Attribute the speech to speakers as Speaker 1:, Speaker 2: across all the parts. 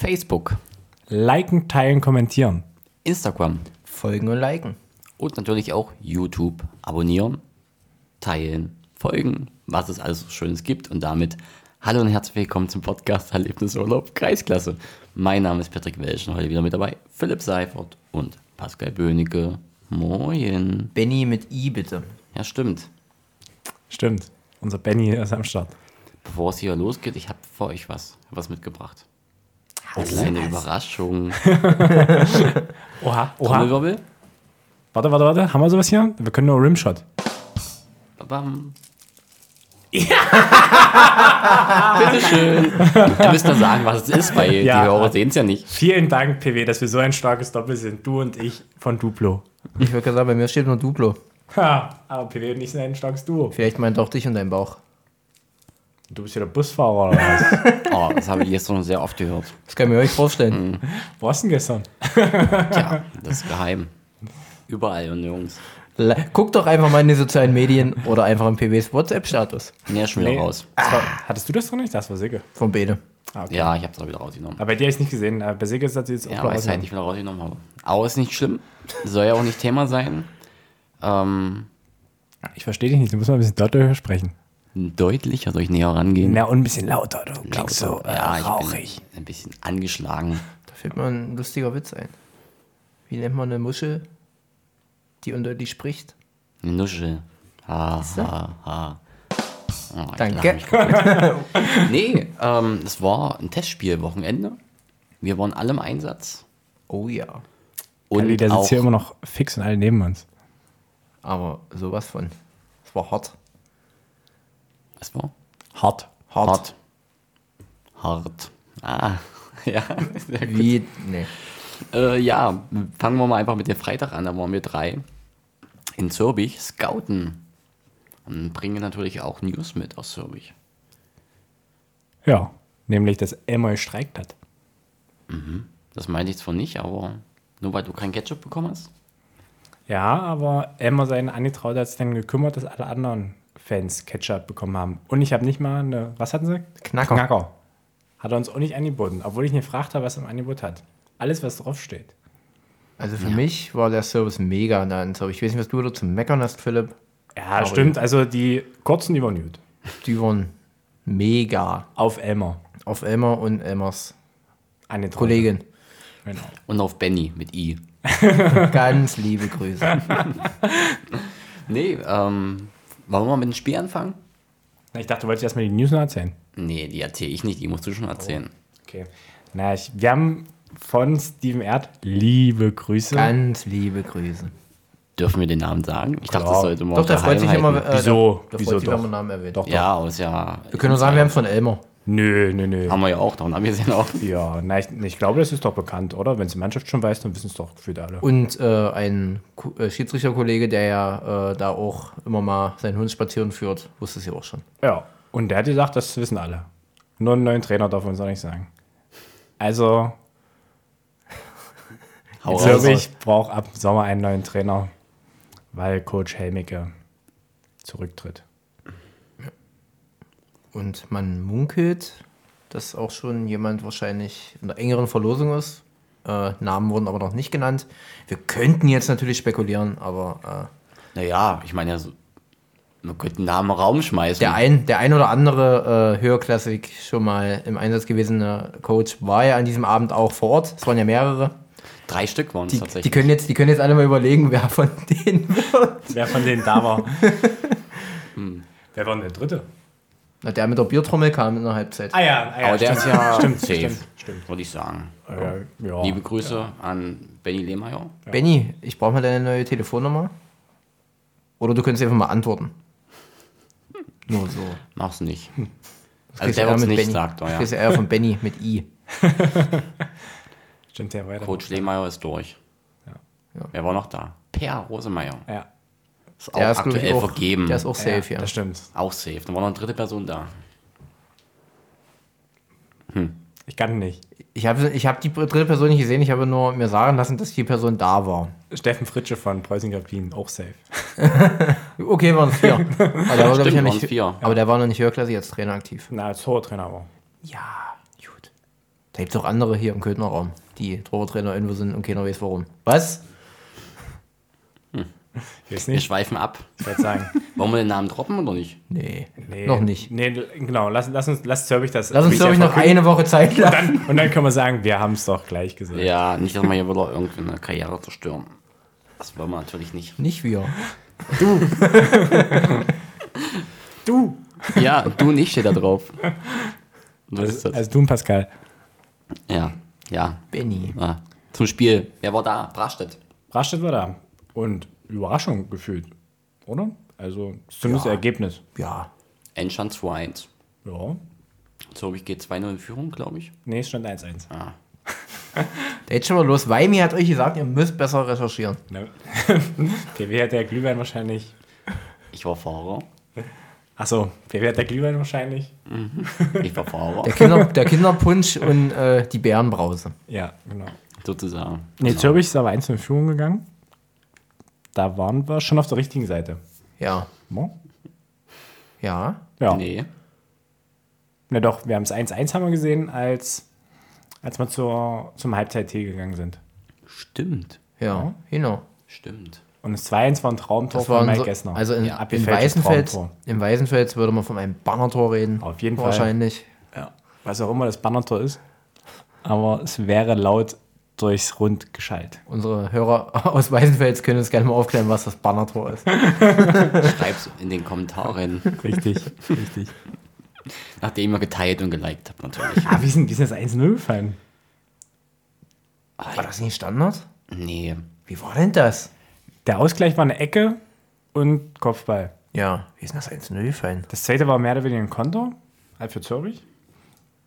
Speaker 1: Facebook,
Speaker 2: Liken, teilen, kommentieren.
Speaker 1: Instagram
Speaker 3: Folgen und liken.
Speaker 1: und natürlich auch YouTube abonnieren, teilen, folgen, was es alles so Schönes gibt. Und damit hallo und herzlich willkommen zum Podcast Erlebnisurlaub Kreisklasse. Mein Name ist Patrick Welsch und heute wieder mit dabei Philipp Seifert und Pascal Böhnecke. Moin.
Speaker 3: Benny mit I bitte.
Speaker 1: Ja, stimmt.
Speaker 2: Stimmt. Unser Benny ist am Start.
Speaker 1: Bevor es hier losgeht, ich habe für euch was, was mitgebracht. Eine kleine Überraschung.
Speaker 2: Oha, oha.
Speaker 1: Trommelwirbel.
Speaker 2: Warte, warte, warte. Haben wir sowas hier? Wir können nur Rimshot.
Speaker 1: Bam. Bitte schön. Ihr müsst dann sagen, was es ist, weil
Speaker 2: Ja.
Speaker 1: die Hörer sehen es ja nicht.
Speaker 2: Vielen Dank, PW, dass wir so ein starkes Doppel sind. Du und ich von Duplo.
Speaker 3: Ich würde sagen, bei mir steht nur Duplo.
Speaker 2: Ha, aber PW und ich sind ein starkes Duo.
Speaker 3: Vielleicht meint auch dich und dein Bauch.
Speaker 2: Du bist ja der Busfahrer oder was?
Speaker 1: Oh, das habe ich gestern schon sehr oft gehört.
Speaker 3: Das kann ich mir euch vorstellen.
Speaker 2: Wo warst du denn gestern?
Speaker 1: Tja, das ist geheim. Überall und nirgends.
Speaker 3: Le- Guckt doch einfach mal in die sozialen Medien oder einfach im PWs WhatsApp-Status
Speaker 1: Nee, schon wieder
Speaker 2: Nee.
Speaker 1: raus.
Speaker 2: Das war, hattest du das doch nicht? Das war Sigge.
Speaker 3: von Bene.
Speaker 1: Ja, ich habe es auch wieder rausgenommen.
Speaker 2: Aber bei dir habe ich nicht gesehen. Aber Bei Sigge ist das jetzt
Speaker 1: Ja,
Speaker 2: auch
Speaker 1: weil ich es
Speaker 2: draußen.
Speaker 1: halt nicht wieder rausgenommen habe. Aber ist nicht schlimm. Soll ja auch nicht Thema sein. Ähm,
Speaker 2: Ich verstehe dich nicht. Du musst mal ein bisschen deutlicher sprechen.
Speaker 1: deutlicher soll ich näher rangehen.
Speaker 2: Na, und ein bisschen lauter. Du klingst
Speaker 1: Lauter.
Speaker 2: so äh,
Speaker 1: ja, ich bin
Speaker 2: rauchig.
Speaker 1: ein bisschen angeschlagen.
Speaker 3: Da fällt mir ein lustiger Witz ein. Wie nennt man eine Muschel, die unter die spricht?
Speaker 1: Eine Nuschel. Ha, ha, ha. Oh, ich
Speaker 3: Danke.
Speaker 1: lach mich kaputt. nee, ähm, es war ein Testspiel Wochenende. Wir waren alle im Einsatz.
Speaker 3: Oh ja.
Speaker 1: Und
Speaker 2: Kelly, der
Speaker 1: auch,
Speaker 2: sitzt hier immer noch fix und alle neben uns.
Speaker 3: Aber sowas von. Es war hart.
Speaker 1: Was war?
Speaker 2: Hart.
Speaker 1: Hart. Hart. Ah, ja. Sehr gut.
Speaker 3: Wie? Nee.
Speaker 1: Äh, ja, fangen wir mal einfach mit dem Freitag an. Da waren wir drei in Zürbich scouten. Und bringen natürlich auch News mit aus Zürbich.
Speaker 2: Ja. Nämlich, dass Elmer gestreikt hat.
Speaker 1: Das meinte ich zwar nicht, aber nur weil du kein Ketchup bekommen hast.
Speaker 2: Ja, aber Elmer seinen angetraut hat sich dann gekümmert, dass alle anderen Fans Ketchup bekommen haben. Und ich habe nicht mal eine, was hatten sie?
Speaker 3: Knacker.
Speaker 2: Knacker. Hat er uns auch nicht angeboten, obwohl ich ihn gefragt habe, was er im Angebot hat. Alles, was draufsteht.
Speaker 3: Also für mich war der Service mega in der Anzahl. Ich weiß nicht, was du da zum Meckern hast, Philipp.
Speaker 2: Ja, stimmt. Also die kurzen übernüht.
Speaker 3: Die waren mega
Speaker 2: Auf Elmer.
Speaker 3: auf Elmer und Elmers
Speaker 2: Angetraut.
Speaker 3: Kollegin.
Speaker 2: Genau.
Speaker 1: Und auf Benny mit I.
Speaker 3: Ganz liebe Grüße.
Speaker 1: Nee, ähm, wollen wir mal mit dem Spiel anfangen?
Speaker 2: Na, Ich dachte, du wolltest erstmal die News noch erzählen.
Speaker 1: Nee, die erzähle ich nicht, die musst du schon erzählen.
Speaker 2: Okay. Na, ich, wir haben von Steven Erd liebe Grüße.
Speaker 3: Ganz liebe Grüße.
Speaker 1: Dürfen wir den Namen sagen? Ich dachte, das
Speaker 2: Klar.
Speaker 1: sollte man
Speaker 3: Doch, der freut sich
Speaker 1: geheim
Speaker 3: immer.
Speaker 1: halten.
Speaker 3: Äh,
Speaker 2: Wieso?
Speaker 3: Der, der
Speaker 2: Wieso
Speaker 3: freut sich, wenn
Speaker 2: doch?
Speaker 3: man Namen erwähnt.
Speaker 2: Doch, doch.
Speaker 1: Ja, aber ist ja.
Speaker 3: Wir können nur sagen, wir haben von Elmer.
Speaker 2: Nö, nö, nö.
Speaker 1: Haben wir ja auch davon abgesehen auch.
Speaker 2: Ja, na, ich, ich glaube, das ist doch bekannt, oder? Wenn es die Mannschaft schon weiß, dann wissen es doch gefühlt alle.
Speaker 3: Und äh, ein Ku- äh, Schiedsrichterkollege, der ja äh, da auch immer mal seinen Hund spazieren führt, wusste es ja auch schon.
Speaker 2: Ja, und der hat gesagt, das wissen alle. Nur einen neuen Trainer darf man uns auch nicht sagen. Also,
Speaker 1: Hau raus.
Speaker 2: Zürich braucht ab Sommer einen neuen Trainer, weil Coach Helmicke zurücktritt.
Speaker 3: Und man munkelt, dass auch schon jemand wahrscheinlich in der engeren Verlosung ist. Äh, Namen wurden aber noch nicht genannt. Wir könnten jetzt natürlich spekulieren, aber äh,
Speaker 1: Naja, ich meine, ja, so, man könnte einen Namen in den Raum
Speaker 3: äh,
Speaker 1: schmeißen.
Speaker 3: der, ein, der ein oder andere äh, höherklassig schon mal im Einsatz gewesene Coach war ja an diesem Abend auch vor Ort. Es waren ja mehrere.
Speaker 1: Drei Stück waren es
Speaker 3: Die, die,
Speaker 1: tatsächlich.
Speaker 3: können jetzt, die können jetzt alle mal überlegen, wer von denen wird.
Speaker 2: Wer von denen da war?
Speaker 1: Hm.
Speaker 2: Wer war denn der Dritte?
Speaker 3: Na, der mit der Biertrommel kam in der Halbzeit.
Speaker 2: Ah ja, ah ja
Speaker 1: aber der ist ja
Speaker 2: stimmt,
Speaker 1: safe,
Speaker 2: stimmt, stimmt.
Speaker 1: würde ich sagen.
Speaker 2: Äh, ja.
Speaker 1: Liebe Grüße an Benny Lehmeyer.
Speaker 3: Benny, ich brauche mal deine neue Telefonnummer. Oder du könntest einfach mal antworten. Hm. Nur so.
Speaker 1: Mach's nicht. Also
Speaker 3: Kriegst
Speaker 1: der
Speaker 3: du eher
Speaker 1: wird's
Speaker 3: mit
Speaker 1: nicht,
Speaker 3: Benny.
Speaker 1: sagt er, ja.
Speaker 3: Kriegst du eher von Benny mit I.
Speaker 2: stimmt der weiter.
Speaker 1: Coach Lehmeyer ist durch.
Speaker 3: Ja.
Speaker 1: Wer war noch da? Per Rosemeyer.
Speaker 2: Ja,
Speaker 1: Ist auch
Speaker 3: Der ist, glaub ich,
Speaker 1: aktuell
Speaker 3: auch,
Speaker 1: vergeben.
Speaker 3: Der ist auch
Speaker 2: ja,
Speaker 3: safe, ja.
Speaker 2: das stimmt.
Speaker 1: Auch safe. Dann war noch eine dritte Person da.
Speaker 2: Ich kann nicht.
Speaker 3: Ich habe ich hab die dritte Person nicht gesehen, ich habe nur mir sagen lassen, dass die Person da war.
Speaker 2: Steffen Fritsche von Preußen Wien, auch safe.
Speaker 3: Okay, waren es vier. Aber der war, glaub ich, ja
Speaker 1: Stimmt,
Speaker 3: nicht,
Speaker 1: waren vier.
Speaker 3: aber der war noch nicht höherklassig als Trainer aktiv.
Speaker 2: Na, als Tortrainer aber.
Speaker 3: Ja, gut. Da gibt es auch andere hier im Kölner Raum, die Torwarttrainer irgendwo sind und keiner weiß warum. Was?
Speaker 2: Ich weiß
Speaker 1: Wir
Speaker 2: nicht,
Speaker 1: schweifen ab.
Speaker 2: ich wollte sagen.
Speaker 1: Wollen wir den Namen droppen oder nicht?
Speaker 3: Nee,
Speaker 2: Nee,
Speaker 3: noch nicht.
Speaker 2: Nee, genau, lass, lass uns, lass Zerwig das.
Speaker 3: Lass uns, glaube ich, noch eine Woche Zeit lassen.
Speaker 2: Und dann können wir sagen, wir haben es doch gleich gesagt.
Speaker 1: Ja, nicht, dass wir hier wieder irgendwie eine Karriere zerstören. Das wollen wir natürlich nicht.
Speaker 3: Nicht wir.
Speaker 2: Du!
Speaker 1: Ja, du und ich steht da drauf. So ist
Speaker 2: Also,
Speaker 1: das.
Speaker 2: also du und Pascal.
Speaker 1: Ja, ja.
Speaker 3: Benny.
Speaker 1: Ah, Zum Spiel. Wer war da? Brastedt.
Speaker 2: Raschet war da. Und Überraschung gefühlt, oder? Also zumindest
Speaker 3: Ja.
Speaker 2: Ergebnis.
Speaker 3: Ja.
Speaker 1: Enschan 2-1.
Speaker 2: Ja.
Speaker 1: So, ich gehe 2-0 in Führung, glaube ich.
Speaker 2: Nee, es stand 1-1.
Speaker 1: Ah.
Speaker 3: Da geht schon mal los. Weimi hat euch gesagt, ihr müsst besser recherchieren.
Speaker 2: Ne? PW hat der Glühwein wahrscheinlich.
Speaker 1: Ich war Fahrer.
Speaker 2: Achso, PW hat der Glühwein wahrscheinlich.
Speaker 1: Ich war
Speaker 3: Der,
Speaker 1: Fahrer,
Speaker 3: Kinder, der Kinderpunsch und äh, die Bärenbrause.
Speaker 2: Ja, genau.
Speaker 1: sozusagen. Genau.
Speaker 2: Nee, Zürich ist aber 1 in Führung gegangen. Da waren wir schon auf der richtigen Seite.
Speaker 3: Ja.
Speaker 2: Ne?
Speaker 3: Ja.
Speaker 2: Ja.
Speaker 1: Nee.
Speaker 2: Na doch, wir haben es 1-1 haben wir gesehen, als, als wir zur, zum Halbzeit-Tee gegangen sind.
Speaker 1: Stimmt.
Speaker 3: Ja. Genau.
Speaker 1: Stimmt.
Speaker 2: Und das 2-1 war ein Traumtor
Speaker 3: Das war
Speaker 2: von
Speaker 3: ein
Speaker 2: Mike
Speaker 3: so,
Speaker 2: Gessner.
Speaker 3: also in,
Speaker 2: Ja,
Speaker 3: in,
Speaker 2: abgefälschtes
Speaker 3: Weißenfels,
Speaker 2: Traumtor.
Speaker 3: in Weißenfels würde man von einem Bannertor reden.
Speaker 2: Auf jeden Fall.
Speaker 3: Wahrscheinlich.
Speaker 2: Ja. Was auch immer das Bannertor ist. Aber es wäre laut durchs Rund geschallt.
Speaker 3: Unsere Hörer aus Weißenfels können uns gerne mal aufklären, was das Bannertor ist.
Speaker 1: Schreib's in den Kommentaren,
Speaker 2: Richtig, richtig.
Speaker 1: nachdem ihr geteilt und geliked habt, natürlich.
Speaker 2: Ah, wie sind, wie sind das 1-0 gefallen?
Speaker 3: War das nicht Standard?
Speaker 1: Nee.
Speaker 3: Wie war denn das?
Speaker 2: Der Ausgleich war eine Ecke und Kopfball.
Speaker 3: Ja. Wie ist denn das 1-0 gefallen?
Speaker 2: Das zweite war mehr oder weniger ein Konter, halt für Zürich.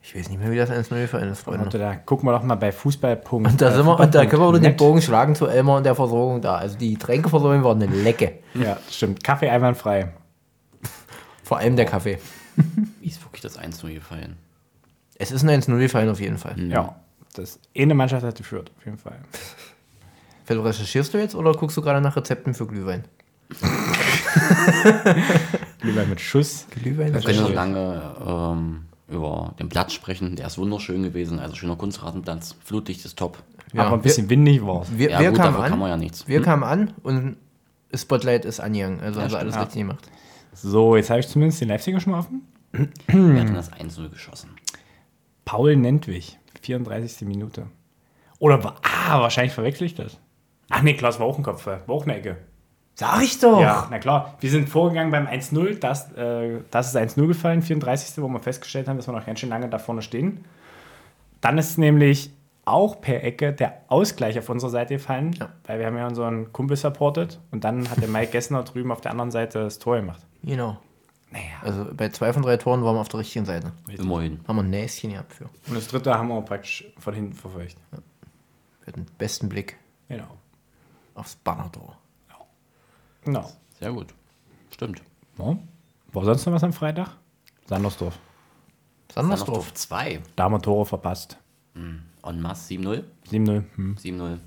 Speaker 3: Ich weiß nicht mehr, wie das 1-0 gefallen ist, Freunde.
Speaker 2: Und da gucken wir doch mal bei Fußball.
Speaker 3: Genau. Und da, sind wir, und da können wir wieder den
Speaker 2: Net.
Speaker 3: Bogen schlagen zu Elmer und der Versorgung da. Also die Getränkeversorgung war eine Lecke.
Speaker 2: Ja, stimmt. Kaffee einwandfrei.
Speaker 3: Vor allem der Kaffee.
Speaker 1: Wie ist wirklich das 1-0 gefallen?
Speaker 3: Es ist ein 1-0 gefallen auf jeden Fall.
Speaker 2: Ja. Das eine Mannschaft hat geführt, auf jeden Fall.
Speaker 3: Phil, recherchierst du jetzt oder guckst du gerade nach Rezepten für Glühwein?
Speaker 2: Glühwein mit Schuss.
Speaker 3: Glühwein
Speaker 1: Wir können noch lange ähm, über den Platz sprechen. Der ist wunderschön gewesen. Also schöner Kunstrasenplatz. Flutlicht ist top.
Speaker 3: Ja.
Speaker 2: Aber ein bisschen windig war es.
Speaker 3: Wir,
Speaker 1: Ja,
Speaker 3: wir
Speaker 1: gut,
Speaker 3: kamen
Speaker 1: dafür
Speaker 3: an,
Speaker 1: kann man ja nichts.
Speaker 3: Wir
Speaker 1: Hm?
Speaker 3: kamen an und das Spotlight ist angegangen. Also haben wir alles
Speaker 2: stimmt.
Speaker 3: richtig gemacht.
Speaker 2: So, jetzt habe ich zumindest den Leipziger schon mal offen.
Speaker 1: Wer hat
Speaker 3: Hm.
Speaker 1: denn das 1-0 geschossen?
Speaker 2: Paul Nentwich, 34. Minute. Oder war, ah, wahrscheinlich verwechsel ich das. Ach nee, Klaus war auch ein Kopf, war auch eine Ecke.
Speaker 3: Sag ich doch!
Speaker 2: Ja, na klar. Wir sind vorgegangen beim 1-0, das, äh, das ist 1-0 gefallen, 34. wo wir festgestellt haben, dass wir noch ganz schön lange da vorne stehen. Dann ist nämlich auch per Ecke der Ausgleich auf unserer Seite gefallen,
Speaker 3: Ja.
Speaker 2: weil wir haben ja unseren Kumpel supportet und dann hat der Mike Gessner drüben auf der anderen Seite das Tor gemacht.
Speaker 3: Genau.
Speaker 2: Naja.
Speaker 3: Also bei zwei von drei Toren waren wir auf der richtigen Seite.
Speaker 1: Immerhin.
Speaker 3: Haben wir ein Näschen gehabt für.
Speaker 2: Und das dritte haben wir praktisch von hinten verfolgt.
Speaker 3: Wir hatten den besten Blick
Speaker 2: Genau.
Speaker 3: aufs Bannertor.
Speaker 2: Genau.
Speaker 1: Sehr gut. Stimmt.
Speaker 2: Ja. War sonst noch was am Freitag? Sandersdorf.
Speaker 3: Sandersdorf.
Speaker 1: 2.
Speaker 2: Da haben wir Tore verpasst.
Speaker 1: Hm. En masse 7-0.
Speaker 2: 7-0. Hm.
Speaker 1: 7-0.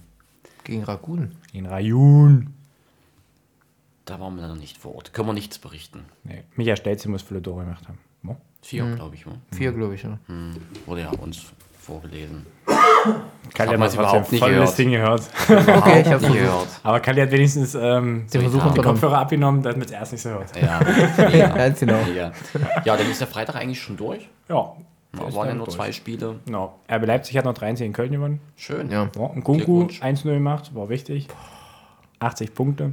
Speaker 3: Gegen Ragun.
Speaker 2: In Rayun.
Speaker 1: Da waren wir leider nicht vor Ort. Können wir nichts berichten.
Speaker 2: Nee. Michael Stelze muss viele Tore gemacht haben. Ja.
Speaker 1: Vier,
Speaker 3: Hm.
Speaker 1: glaube ich. Oder?
Speaker 3: Vier, glaube ich. Ja.
Speaker 1: Mhm. Wurde ja uns vorgelesen. Hat
Speaker 2: Kalli hat
Speaker 1: man's
Speaker 2: das
Speaker 1: überhaupt
Speaker 2: überhaupt
Speaker 1: nicht
Speaker 2: nicht voll das
Speaker 1: gehört.
Speaker 2: Ding gehört.
Speaker 3: Okay,
Speaker 1: Nicht
Speaker 3: ich hab's versucht.
Speaker 1: gehört.
Speaker 2: Aber Kalli hat wenigstens ähm,
Speaker 3: Den Versuch
Speaker 1: Ja.
Speaker 2: die
Speaker 3: unternommen.
Speaker 2: Kopfhörer abgenommen, damit er erst nicht so hört.
Speaker 1: Ja,
Speaker 3: Ja,
Speaker 1: mega,
Speaker 3: ganz genau.
Speaker 1: mega. Ja, dann ist der Freitag eigentlich schon durch.
Speaker 2: Ja.
Speaker 1: Ja,
Speaker 2: Ist
Speaker 1: waren ja
Speaker 2: dann
Speaker 1: nur
Speaker 2: durch.
Speaker 1: zwei Spiele.
Speaker 2: Genau. RB Leipzig hat noch 13 in Köln gewonnen.
Speaker 1: Schön.
Speaker 3: Ja.
Speaker 2: Ja. Und Kunku
Speaker 1: Glückwunsch.
Speaker 2: 1-0 gemacht, war wichtig. 80 Punkte.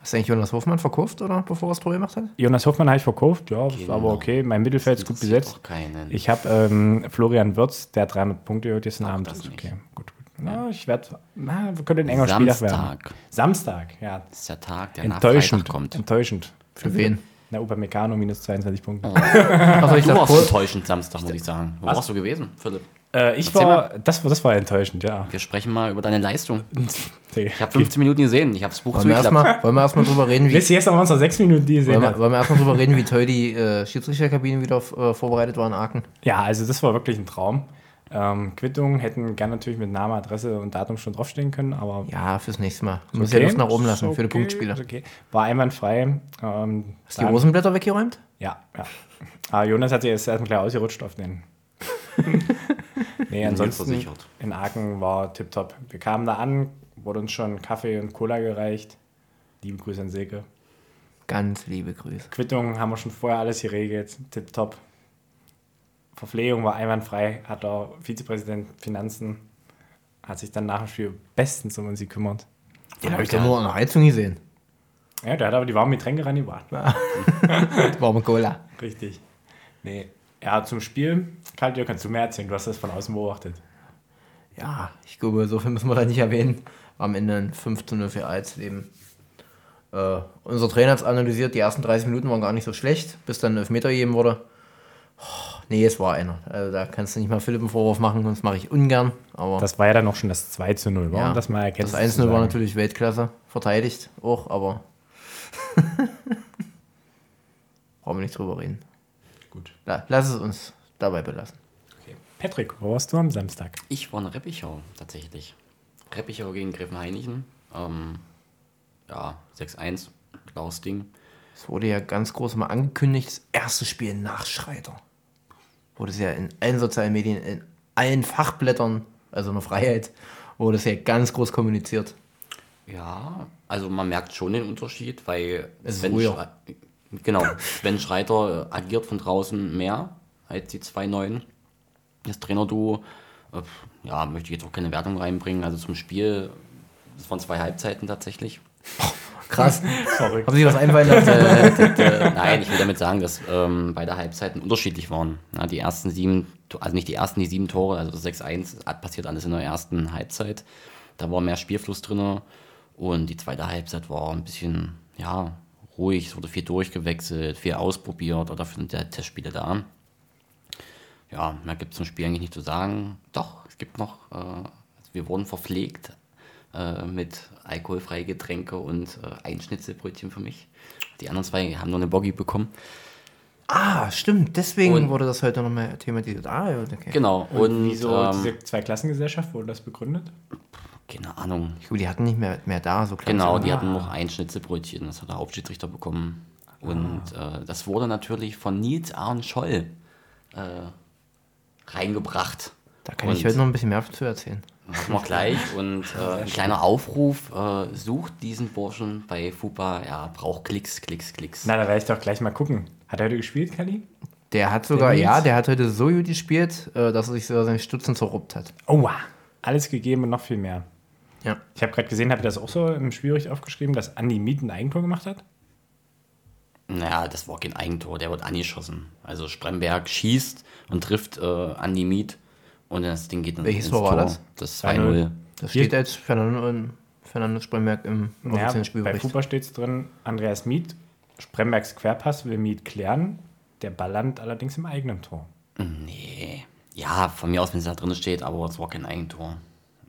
Speaker 3: Hast du eigentlich Jonas Hofmann verkauft, oder? Bevor er das Tor gemacht hat?
Speaker 2: Jonas Hoffmann habe ich verkauft, ja, ist
Speaker 1: Genau.
Speaker 2: aber okay. Mein Mittelfeld ist gut besetzt.
Speaker 1: Auch keinen.
Speaker 2: Ich habe ähm, Florian Würz, der hat 300 Punkte geholt, jetzt Abend.
Speaker 1: das
Speaker 2: Ist
Speaker 1: nicht.
Speaker 2: okay, gut, gut. Na, ich werde, na, wir können ein enger Spieltag werden.
Speaker 1: Samstag
Speaker 2: Samstag, ja.
Speaker 1: ist der Tag, der nach Freitag
Speaker 2: Enttäuschend.
Speaker 1: kommt.
Speaker 2: Enttäuschend.
Speaker 3: Für wen?
Speaker 2: Na, Upamecano minus 22 Punkte.
Speaker 3: Also ich
Speaker 1: Du warst
Speaker 3: dachte,
Speaker 1: enttäuschend Samstag, muss ich sagen. Wo warst du gewesen, Philipp?
Speaker 2: Äh, ich war, das, war- das war enttäuschend, ja.
Speaker 1: Wir sprechen mal über deine Leistung.
Speaker 2: Ich
Speaker 1: Ich habe 15 Minuten gesehen. Ich habe das Buch
Speaker 3: wollen wir
Speaker 1: zugeklappt.
Speaker 3: erstmal wollen wir erstmal drüber reden, wie
Speaker 2: Bis jetzt haben wir uns noch sechs Minuten die gesehen.
Speaker 3: wollen wir,
Speaker 2: Hat.
Speaker 3: wollen wir erstmal drüber reden, wie toll die äh, Schiedsrichterkabinen wieder äh, vorbereitet waren, Aachen.
Speaker 2: Ja, also das war wirklich ein Traum. Ähm, Quittungen hätten gern natürlich mit Name, Adresse und Datum schon draufstehen können, aber
Speaker 3: Ja, fürs nächste Mal. Muss
Speaker 2: okay.
Speaker 3: ja Luft nach oben lassen
Speaker 2: Ist
Speaker 3: für die
Speaker 2: okay,
Speaker 3: Punktspiele.
Speaker 2: ist Okay. War einwandfrei. Ähm,
Speaker 3: Hast du die Rosenblätter weggeräumt?
Speaker 2: Ja, ja. Aber Jonas hat sich jetzt erstmal gleich ausgerutscht auf den Nee, ansonsten
Speaker 1: versichert.
Speaker 2: in Aachen war tipptopp. Wir kamen da an, wurde uns schon Kaffee und Cola gereicht. Liebe Grüße an Silke.
Speaker 3: Ganz liebe Grüße.
Speaker 2: Quittungen haben wir schon vorher alles geregelt. Tipptopp. Verpflegung war einwandfrei, hat der Vizepräsident Finanzen, hat sich dann nach dem Spiel bestens um uns gekümmert.
Speaker 3: Den habe ich dann nur an der Heizung gesehen.
Speaker 2: Ja, der hat aber die warmen Getränke rangebracht.
Speaker 3: Warme Cola.
Speaker 2: Richtig. Nee. Ja, zum Spiel, Karl, dir kannst du mehr erzählen. Du hast das von außen beobachtet.
Speaker 3: Ja, ich glaube, so viel müssen wir da nicht erwähnen. Am Ende ein 5 zu 0 für Alsleben. Äh, unser Trainer hat es analysiert, die ersten 30 Minuten waren gar nicht so schlecht, bis dann ein Elfmeter gegeben wurde. Oh, nee, es war einer. Also da kannst du nicht mal Philipp einen Vorwurf machen, sonst mache ich ungern. Aber
Speaker 2: Das war ja dann auch schon das 2 zu 0, war?
Speaker 3: ja,
Speaker 2: um das mal erkennen.
Speaker 3: das 1 0 war natürlich Weltklasse, verteidigt auch, aber brauchen wir nicht drüber reden.
Speaker 2: Gut.
Speaker 3: La- Lass es uns dabei belassen.
Speaker 2: Patrick, wo warst du am Samstag?
Speaker 1: Ich war in Reppichau tatsächlich. Reppichau gegen Gräfenhainichen. Ähm, ja, 6-1, klares Ding.
Speaker 3: Es wurde ja ganz groß mal angekündigt, das erste Spiel nach Schreiter. Wurde es ja in allen sozialen Medien, in allen Fachblättern, also in der Freiheit, wurde es ja ganz groß kommuniziert.
Speaker 1: Ja, also man merkt schon den Unterschied, weil
Speaker 3: Es ist ruhiger.
Speaker 1: Schrei- genau, Sven Schreiter äh, agiert von draußen mehr als die zwei Neuen. Das Trainerduo, äh, ja, möchte ich jetzt auch keine Wertung reinbringen. Also zum Spiel, es waren zwei Halbzeiten tatsächlich.
Speaker 3: Krass.
Speaker 2: Sorry.
Speaker 3: Haben Sie was einfallen lassen?
Speaker 1: Äh, Nein, ich will damit sagen, dass ähm, beide Halbzeiten unterschiedlich waren. Na, die ersten sieben, To- also nicht die ersten, die sieben Tore, also das 6-1 hat- passiert alles in der ersten Halbzeit. Da war mehr Spielfluss drin und die zweite Halbzeit war ein bisschen, ja, ruhig. Es wurde viel durchgewechselt, viel ausprobiert oder sind ja Testspiele da. Ja, mehr gibt es zum Spiel eigentlich nicht zu sagen. Doch, es gibt noch, äh, also wir wurden verpflegt äh, mit alkoholfreie Getränke und äh, ein Schnitzelbrötchen für mich. Die anderen zwei haben nur eine Boggy bekommen.
Speaker 3: ah, stimmt. Deswegen
Speaker 1: Und-
Speaker 3: wurde das heute nochmal thematisiert. Ah, ja, okay.
Speaker 1: Genau, und,
Speaker 2: Wieso
Speaker 1: ähm,
Speaker 2: diese Zweiklassengesellschaft wurde das begründet?
Speaker 1: keine Ahnung.
Speaker 3: Ich glaube, die hatten nicht mehr, mehr da, so kleine
Speaker 1: Genau,
Speaker 3: Sachen.
Speaker 1: die hatten noch ein Schnitzelbrötchen, das hat der Hauptschiedsrichter bekommen.
Speaker 3: Ah.
Speaker 1: Und äh, das wurde natürlich von Nils Arn Scholl äh, reingebracht.
Speaker 3: Da kann ich
Speaker 1: Und-
Speaker 3: heute noch ein bisschen mehr zu erzählen.
Speaker 1: Machen wir gleich. Und äh, ein kleiner Aufruf, äh, sucht diesen Burschen bei FUPA. Er braucht Klicks, Klicks, Klicks.
Speaker 2: Na, da werde ich doch gleich mal gucken. Hat er heute gespielt, Kali?
Speaker 3: Der hat sogar,
Speaker 2: Nils?
Speaker 3: ja, der hat heute so gut gespielt, äh, dass er sich sogar seine Stutzen zerruppt hat.
Speaker 2: Oha. Alles gegeben und noch viel mehr.
Speaker 3: Ja.
Speaker 2: Ich habe gerade gesehen, habt ihr das auch so im Spielbericht aufgeschrieben, dass Andi Miet ein Eigentor gemacht hat?
Speaker 1: Naja, das war kein Eigentor, der wird angeschossen. Also Spremberg schießt und trifft äh, Andi Miet und das Ding geht dann
Speaker 3: Welches Tor war das?
Speaker 1: Das
Speaker 2: 2-0.
Speaker 1: 2-0.
Speaker 3: Das
Speaker 2: Hier-
Speaker 3: steht als Fernando, in- Fernando Spremberg im
Speaker 2: Ja,
Speaker 3: offiziellen
Speaker 2: bei
Speaker 3: Spielbericht.
Speaker 2: Fupa steht es drin, Andreas Miet, Sprembergs Querpass will Miet klären, der Ball landet allerdings im eigenen Tor.
Speaker 1: Nee. Ja, von mir aus, wenn es da drin steht, aber es war kein Eigentor.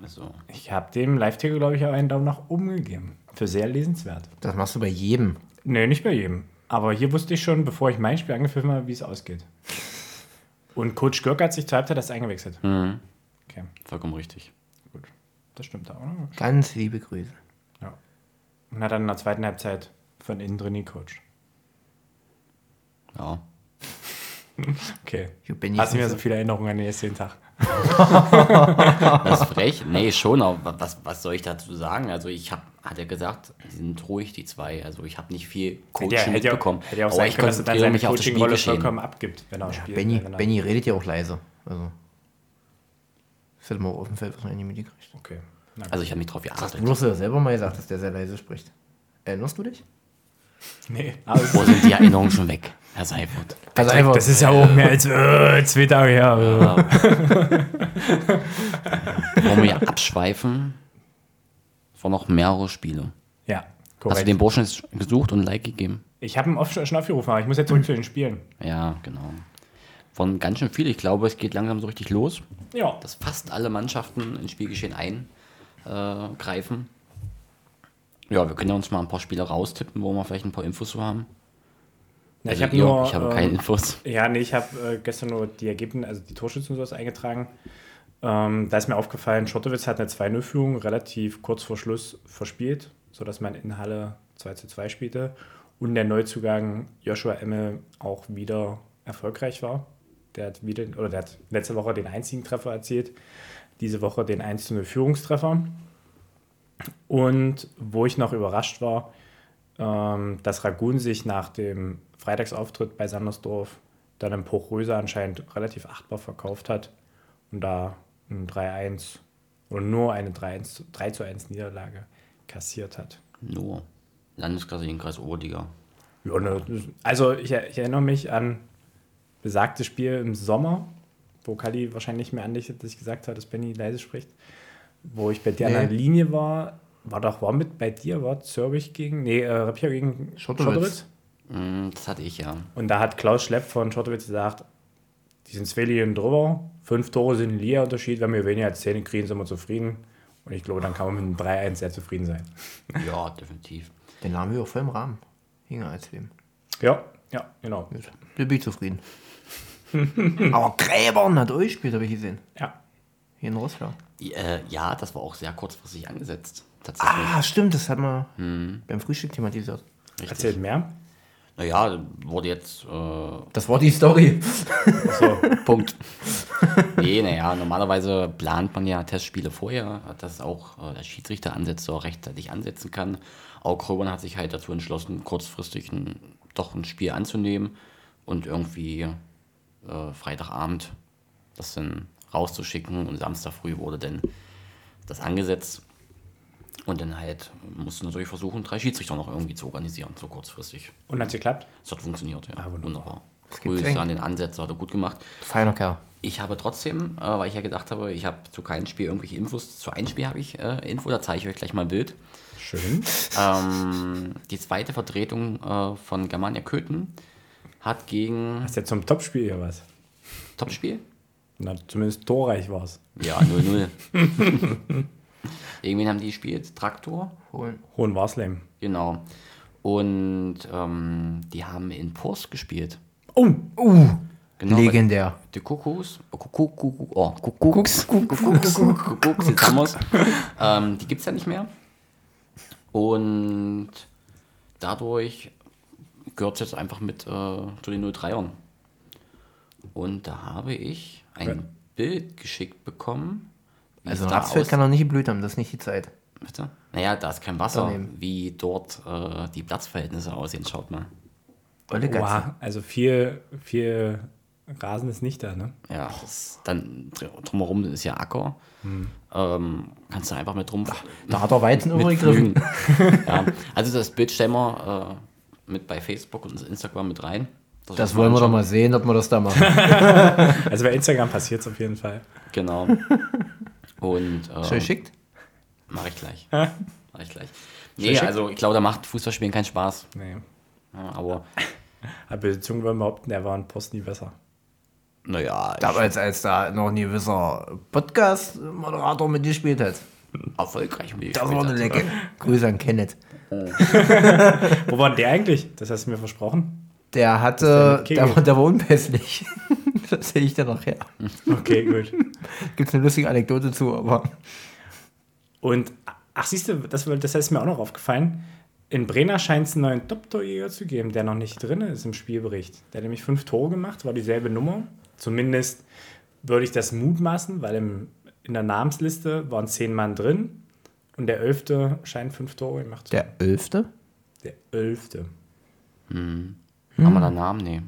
Speaker 1: Also,
Speaker 2: Ich habe dem Live-Ticker, glaube ich, auch einen Daumen nach oben gegeben. Für sehr lesenswert.
Speaker 3: Das machst du bei jedem.
Speaker 2: Nee, nicht bei jedem. Aber hier wusste ich schon, bevor ich mein Spiel angepfiffen habe, wie es ausgeht. Und Coach Görg hat sich zur Halbzeit erst eingewechselt.
Speaker 1: Mhm.
Speaker 2: Okay,
Speaker 1: vollkommen richtig.
Speaker 2: gut. Das stimmt auch. Ne?
Speaker 3: Ganz liebe Grüße.
Speaker 2: Ja. Und hat dann in der zweiten Halbzeit von innen drin gecoacht.
Speaker 1: Ja.
Speaker 2: Okay.
Speaker 3: Ich bin
Speaker 2: Hast du
Speaker 3: jetzt-
Speaker 2: mir so viele Erinnerungen an den ersten Tag?
Speaker 1: Das ist frech. Nee, schon, aber was, was soll ich dazu sagen? Also, ich habe, hat er gesagt, sie sind ruhig, die zwei. Also, ich habe nicht viel Coaching
Speaker 2: hätte ja
Speaker 1: mitbekommen.
Speaker 2: auch, hätte ja auch
Speaker 1: aber
Speaker 2: sein
Speaker 1: ich
Speaker 2: können, dass er dann
Speaker 1: konzentriere
Speaker 2: seine
Speaker 1: mich auf das
Speaker 2: Coaching-Rolle
Speaker 1: Spielgeschehen.
Speaker 2: vollkommen abgibt, wenn er spielt.
Speaker 3: Benny,
Speaker 2: wenn er-
Speaker 3: Benny redet ja genau. auch leise. Also. Das hätte man auch auf dem Feld wahrscheinlich nicht mitgekriegt.
Speaker 2: Okay. Na, gut.
Speaker 1: Also, ich habe mich drauf geachtet.
Speaker 3: Du hast ja selber mal gesagt, dass der sehr leise spricht. Erinnerst du dich?
Speaker 2: nee. Aber es
Speaker 1: Wo
Speaker 2: ist,
Speaker 1: sind die Erinnerungen schon weg, Herr Seifert?
Speaker 3: Also einfach.
Speaker 2: das ist ja auch mehr als äh, zwei Tage her.
Speaker 1: Wollen wir ja abschweifen? Es waren noch mehrere Spiele.
Speaker 2: Ja,
Speaker 1: Hast du
Speaker 2: korrekt.
Speaker 1: den Burschen jetzt gesucht und ein Like gegeben?
Speaker 2: Ich habe ihn oft schon aufgerufen, aber ich muss jetzt zurück zu den Spielen.
Speaker 1: Ja, genau. Von ganz schön viel. Ich glaube, es geht langsam so richtig los,
Speaker 2: Ja.
Speaker 1: dass fast alle Mannschaften ins Spielgeschehen eingreifen. Ja, wir können ja uns mal ein paar Spiele raustippen, wo wir vielleicht ein paar Infos zu haben.
Speaker 2: Na,
Speaker 1: Also ihr, ich habe
Speaker 2: ähm,
Speaker 1: keine Infos.
Speaker 2: Ja, nee, ich habe äh, gestern nur die Ergebnisse, also die Torschützen und sowas eingetragen. Ähm, da ist mir aufgefallen, Schottowitz hat eine 2-0-Führung relativ kurz vor Schluss verspielt, sodass man in Halle 2-2 spielte. Und der Neuzugang Joshua Emmel auch wieder erfolgreich war. Der hat wieder, oder der hat letzte Woche den einzigen Treffer erzielt, diese Woche den 1 zu 0 Führungstreffer. Und wo ich noch überrascht war, ähm, dass Ragun sich nach dem Freitagsauftritt bei Sandersdorf dann im Pochröser anscheinend relativ achtbar verkauft hat und da ein 3-1 oder nur eine 3-1 3 zu 1 Niederlage kassiert hat.
Speaker 1: Nur. Landesklasse gegen Kreis Oberliga.
Speaker 2: Ja, ne, also ich, er- ich erinnere mich an besagtes Spiel im Sommer, wo Kali wahrscheinlich mehr an dich, dass ich gesagt habe, dass Benny leise spricht, wo ich bei dir
Speaker 3: Nee.
Speaker 2: an der Linie war, war doch war mit bei dir, war Zürbich gegen, nee, äh, Repier gegen
Speaker 3: Schottowitz.
Speaker 2: Schottowitz.
Speaker 1: Mm, Das hatte ich ja.
Speaker 2: Und da hat Klaus Schlepp von Schottowitz gesagt, die sind zwei Linien drüber, fünf Tore sind ein Liga-Unterschied, wenn wir weniger als zehn kriegen, sind wir zufrieden. Und ich glaube, dann kann man mit einem 3-1 sehr zufrieden sein.
Speaker 1: Ja, definitiv.
Speaker 3: Den haben wir auch voll im Rahmen. Hinge als Leben.
Speaker 2: Ja, ja, genau.
Speaker 3: Gut. Da bin ich zufrieden. Aber Gräbern hat euch gespielt, habe ich gesehen.
Speaker 2: Ja.
Speaker 3: Hier in Russland.
Speaker 1: I- Äh, ja, das war auch sehr kurzfristig angesetzt. Tatsächlich.
Speaker 3: Ah, stimmt, das hat man beim Frühstück thematisiert.
Speaker 2: Erzählt mehr.
Speaker 1: Naja, wurde jetzt äh,
Speaker 3: Das war die Story.
Speaker 2: So.
Speaker 1: Punkt. nee, naja, normalerweise plant man ja Testspiele vorher, dass auch äh, der Schiedsrichter ansetzt, so rechtzeitig ansetzen kann. Auch Kröbern hat sich halt dazu entschlossen, kurzfristig ein, doch ein Spiel anzunehmen und irgendwie äh, Freitagabend das dann rauszuschicken und Samstag früh wurde dann das angesetzt. Und dann halt mussten natürlich versuchen, drei Schiedsrichter noch irgendwie zu organisieren, so kurzfristig.
Speaker 2: Und hat's geklappt?
Speaker 1: Es hat funktioniert, ja.
Speaker 2: Ah, wunderbar.
Speaker 1: wunderbar.
Speaker 3: gibt's
Speaker 1: Grüße
Speaker 3: eng.
Speaker 1: an den Ansetzer, hat er gut gemacht.
Speaker 3: Feiner Kerl.
Speaker 1: Ich habe trotzdem, äh, weil ich ja gedacht habe, ich habe zu keinem Spiel irgendwelche Infos, zu einem Spiel habe ich äh, Info, da zeige ich euch gleich mal ein Bild.
Speaker 2: Schön.
Speaker 1: Ähm, die zweite Vertretung äh, von Germania Köthen hat gegen
Speaker 2: Hast du jetzt zum Topspiel hier was?
Speaker 1: Topspiel?
Speaker 2: Na, zumindest torreich war es.
Speaker 1: Ja, 0-0. Irgendwen haben die gespielt, Traktor,
Speaker 3: Holen.
Speaker 2: Hohenwarsleben.
Speaker 1: genau. Und ähm, die haben in Post gespielt.
Speaker 2: Oh!
Speaker 3: Uh,
Speaker 1: Genau, weil-
Speaker 3: legendär.
Speaker 1: Die Kuckucks, Kuckuck, Kuckuck, oh, Kuckucks, Kuckucks, Kuckucks, jetzt haben wir's. ähm, die gibt es ja nicht mehr. Und dadurch gehört es jetzt einfach mit äh, zu den 03ern. Und da habe ich ein
Speaker 2: Ja.
Speaker 1: Bild geschickt bekommen. wie
Speaker 3: Also
Speaker 1: es
Speaker 3: ein
Speaker 1: da
Speaker 3: Rapsfeld
Speaker 1: aus-
Speaker 3: kann doch nicht geblüht haben, das ist nicht die Zeit.
Speaker 1: Bitte? Naja, da ist kein Wasser,
Speaker 3: Daneben.
Speaker 1: wie dort äh, die Platzverhältnisse aussehen. Schaut mal.
Speaker 3: Olle Gatze.
Speaker 2: Wow, also viel, viel Rasen ist nicht da, ne?
Speaker 1: Ja, das, dann dr- drumherum ist ja Acker. Ähm, kannst du einfach mit drum.
Speaker 3: Da hat er Weizen übergegriffen.
Speaker 1: Pflügen. ja. Also das Bild stellen wir äh, mit bei Facebook und Instagram mit rein.
Speaker 3: Das wollen wir doch mal sehen, ob wir das da machen.
Speaker 2: Also bei Instagram passiert es auf jeden Fall.
Speaker 1: Genau. Und
Speaker 3: Schön
Speaker 1: äh,
Speaker 3: schickt.
Speaker 1: mache ich gleich. Mach ich gleich.
Speaker 2: Schön
Speaker 1: Nee,
Speaker 2: schick.
Speaker 1: also ich glaube, da macht Fußballspielen keinen Spaß.
Speaker 2: Nee.
Speaker 1: Ja, aber
Speaker 2: Aber beziehungsweise wollen behaupten, der war in Post nie besser.
Speaker 1: naja, ich,
Speaker 3: Damals, als da noch ein gewisser Podcast-Moderator mitgespielt hat.
Speaker 1: erfolgreich. um wie ich
Speaker 3: Das war
Speaker 1: gespielt
Speaker 3: eine
Speaker 1: habe.
Speaker 3: Legende. Grüße an Kenneth.
Speaker 2: Wo war denn der eigentlich? Das hast du mir versprochen.
Speaker 3: Der hatte,
Speaker 2: mit Kegel?
Speaker 3: der, war- der war unpässlich. das sehe ich dann nachher.
Speaker 2: Okay, gut.
Speaker 3: Gibt es eine lustige Anekdote zu, aber
Speaker 2: Und, ach, siehst du, das, das ist mir auch noch aufgefallen. In Brenner scheint es einen neuen Top-Torjäger zu geben, der noch nicht drin ist im Spielbericht. Der hat nämlich fünf Tore gemacht, war dieselbe Nummer. Zumindest würde ich das mutmaßen, weil im, in der Namensliste waren zehn Mann drin und der Elfte scheint fünf Tore gemacht zu haben.
Speaker 3: der Elfte?
Speaker 2: Der Elfte.
Speaker 1: Haben wir da einen Namen? Nee.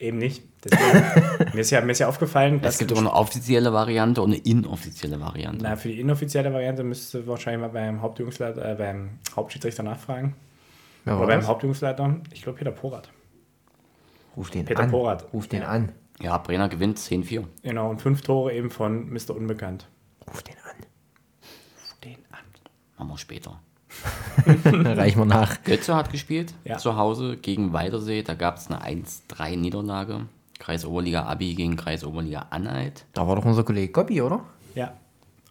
Speaker 2: Eben nicht. Deswegen, mir, ist ja, mir ist ja aufgefallen, dass
Speaker 1: Es gibt aber eine offizielle Variante und eine inoffizielle Variante.
Speaker 2: Na, für die inoffizielle Variante müsste wahrscheinlich mal beim Hauptjungsleiter, äh, beim Hauptschiedsrichter nachfragen.
Speaker 3: Wer war
Speaker 2: Oder beim
Speaker 3: das?
Speaker 2: Hauptjungsleiter, ich glaube Peter Porat.
Speaker 3: Ruf den
Speaker 2: Peter
Speaker 3: an.
Speaker 2: Porat.
Speaker 3: Ruf den
Speaker 2: Ja.
Speaker 3: an.
Speaker 1: Ja, Brenner gewinnt 10-4.
Speaker 2: Genau, und fünf Tore eben von Mr. Unbekannt.
Speaker 3: Ruf den an.
Speaker 2: Den an.
Speaker 1: Machen wir später.
Speaker 3: Reichen wir nach.
Speaker 1: Götze hat gespielt
Speaker 2: Ja.
Speaker 1: zu Hause gegen Waldersee. Da gab es eine 1-3-Niederlage. Kreis Oberliga Abi gegen Kreis Oberliga Anhalt.
Speaker 3: Da war doch unser Kollege Gobbi, oder?
Speaker 2: Ja.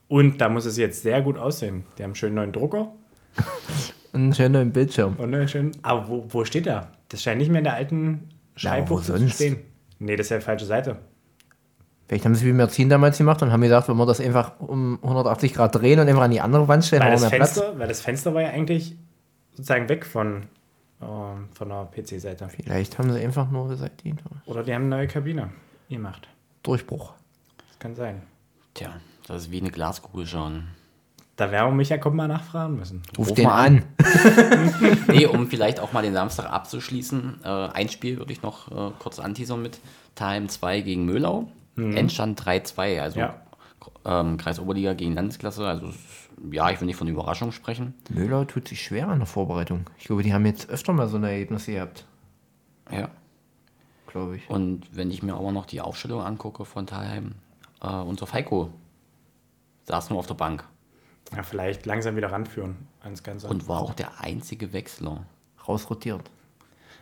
Speaker 2: Und da muss es jetzt sehr gut aussehen. Die haben einen schönen neuen Drucker
Speaker 3: Ein schöner im Bildschirm.
Speaker 2: und einen schönen. Aber wo, wo steht er? Das scheint nicht mehr in der alten Schreibbucht
Speaker 3: wo
Speaker 2: zu
Speaker 3: sonst?
Speaker 2: stehen. Nee, das ist ja die falsche Seite.
Speaker 3: Vielleicht haben sie wie Merzin damals gemacht und haben gedacht, wenn wir das einfach um 180 Grad drehen und einfach an die andere Wand stellen,
Speaker 2: Weil
Speaker 3: haben
Speaker 2: das,
Speaker 3: wir mehr Platz.
Speaker 2: Fenster, weil das Fenster war ja eigentlich sozusagen weg von, ähm, von der PC-Seite.
Speaker 3: Vielleicht haben sie einfach nur gesagt, die
Speaker 2: Oder die haben eine neue Kabine gemacht.
Speaker 3: Durchbruch.
Speaker 2: Das kann sein.
Speaker 1: Tja, das ist wie eine Glaskugel schauen.
Speaker 2: Da werden wir um Micha Kopp mal nachfragen müssen.
Speaker 3: Ruf,
Speaker 1: Ruf
Speaker 3: den
Speaker 1: mal
Speaker 3: an.
Speaker 1: Nee, um vielleicht auch mal den Samstag abzuschließen, äh, ein Spiel würde ich noch äh, kurz anteasern mit Time 2 gegen Möhlau. Endstand 3-2, also
Speaker 2: Mhm. Ja.
Speaker 1: ähm, Kreis Oberliga gegen Landesklasse. Also es ist- ja, ich will nicht von Überraschung sprechen.
Speaker 3: Möhlau tut sich schwer an der Vorbereitung. Ich glaube, die haben jetzt öfter mal so ein Ergebnis gehabt,
Speaker 1: Ja.
Speaker 3: glaube ich.
Speaker 1: Und wenn ich mir aber noch die Aufstellung angucke von Thalheim, äh, unser Falco saß nur auf der Bank
Speaker 2: Ja, vielleicht langsam wieder ranführen ans Ganze.
Speaker 1: und war auch der einzige Wechsler.
Speaker 3: Rausrotiert.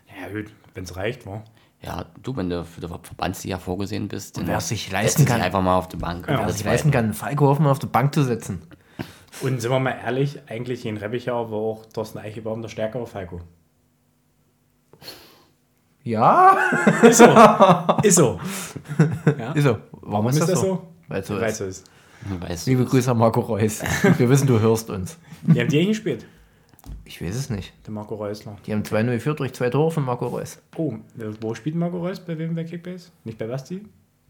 Speaker 2: ja, gut, wenn es reicht, wo?
Speaker 1: Ja, du, wenn du für den Verbandsliga vorgesehen bist, dann
Speaker 3: Wer es sich
Speaker 1: setzt
Speaker 3: leisten
Speaker 1: dich
Speaker 3: kann.
Speaker 1: einfach mal auf die Bank.
Speaker 2: Ja.
Speaker 1: Und
Speaker 3: Wer
Speaker 1: das
Speaker 3: sich
Speaker 1: war-
Speaker 3: leisten kann, Falco Hoffmann auf die Bank zu setzen.
Speaker 2: Und sind wir mal ehrlich, eigentlich in Reppichau war auch Thorsten Eichebaum der stärkere Falco.
Speaker 3: Ja,
Speaker 2: Ist so. ist so. Ja?
Speaker 3: ist so. Warum, ist das, so? Weil es so
Speaker 2: Weil
Speaker 3: ist.
Speaker 2: so ist.
Speaker 1: Weißt du,
Speaker 3: Liebe Grüße an Marco Reus. Wir wissen, du hörst uns.
Speaker 2: Die haben die eigentlich gespielt,
Speaker 3: Ich weiß es nicht.
Speaker 2: der Marco Reusler.
Speaker 3: Die haben 2-0 geführt durch zwei Tore von Marco Reus.
Speaker 2: Oh, wo spielt Marco Reus? Bei wem bei Kickbase? Nicht bei Basti?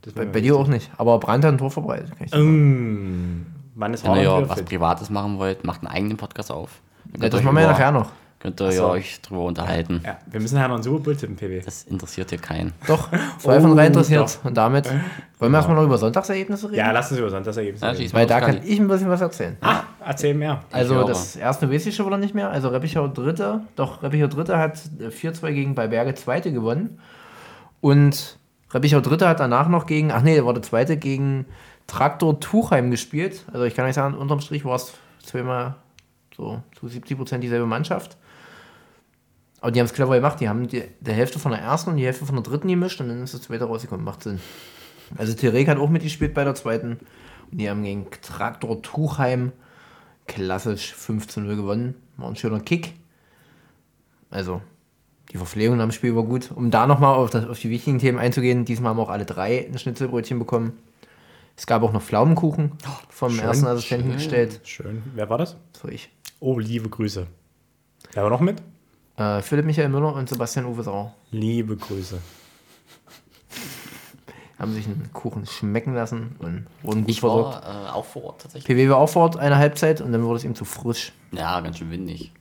Speaker 2: Das
Speaker 3: Bei,
Speaker 2: war-
Speaker 3: bei dir auch nicht. Aber Brandt hat ein Tor verbreitet. Kann ich sagen.
Speaker 2: Mm. Wann ist
Speaker 3: Genau,
Speaker 1: wenn ihr
Speaker 2: Haaland wieder
Speaker 1: ja was
Speaker 2: fit?
Speaker 1: Privates machen wollt, macht einen eigenen Podcast auf. Dann
Speaker 3: ja,
Speaker 1: könnt ihr
Speaker 3: das
Speaker 1: euch
Speaker 3: machen wir ja
Speaker 1: über-
Speaker 3: nachher noch.
Speaker 1: Könnt ihr
Speaker 2: so.
Speaker 1: euch drüber unterhalten.
Speaker 2: Ja, wir müssen ja noch einen Super Bowl tippen, PB.
Speaker 1: Das interessiert hier keinen.
Speaker 3: Doch, zwei von
Speaker 2: Oh,
Speaker 3: drei interessiert.
Speaker 2: doch.
Speaker 3: Und damit wollen wir erstmal noch über Sonntagsergebnisse reden.
Speaker 2: Ja, lass uns über das Ergebnis
Speaker 3: Ah,
Speaker 1: Ja,
Speaker 2: reden.
Speaker 1: schieß mal
Speaker 3: Weil da
Speaker 1: los,
Speaker 3: kann
Speaker 1: Kali.
Speaker 3: ich ein bisschen was erzählen.
Speaker 2: Ah, erzähl mehr.
Speaker 3: Also
Speaker 1: glaube.
Speaker 3: das erste weiß ich schon wieder nicht mehr. Also Reppichau Dritte, doch Reppichau Dritte hat äh, 4-2 gegen Beiberge Zweite gewonnen. Und Reppichau Dritte hat danach noch gegen, ach nee, war der Zweite gegen Traktor Tuchheim gespielt. Also ich kann nicht sagen, unterm Strich war es zweimal so zu 70 Prozent dieselbe Mannschaft. Aber die haben es clever gemacht. Die haben die, die Hälfte von der ersten und die Hälfte von der dritten gemischt und dann ist das zweite rausgekommen. Macht Sinn. Also Terek hat auch mitgespielt bei der zweiten. Und die haben gegen Traktor Tuchheim klassisch 5 zu 0 gewonnen. War ein schöner Kick. Also, die Verpflegung am Spiel war gut. Um da nochmal auf, das- auf die wichtigen Themen einzugehen, diesmal haben auch alle drei ein Schnitzelbrötchen bekommen. Es gab auch noch Pflaumenkuchen
Speaker 1: Oh,
Speaker 3: vom ersten Assistenten gestellt.
Speaker 2: Schön. Wer war das?
Speaker 3: Das war ich.
Speaker 2: Oh, liebe Grüße. Wer war noch mit?
Speaker 3: Äh, Philipp Michael Müller und Sebastian Uwe Sauer
Speaker 2: Liebe Grüße.
Speaker 3: haben sich einen Kuchen schmecken lassen und wurden gut
Speaker 1: Ich
Speaker 3: versorgt.
Speaker 1: war äh, auch vor Ort tatsächlich.
Speaker 3: PW war auch vor Ort eine Halbzeit und dann wurde es ihm zu frisch.
Speaker 1: Ja, ganz schön windig.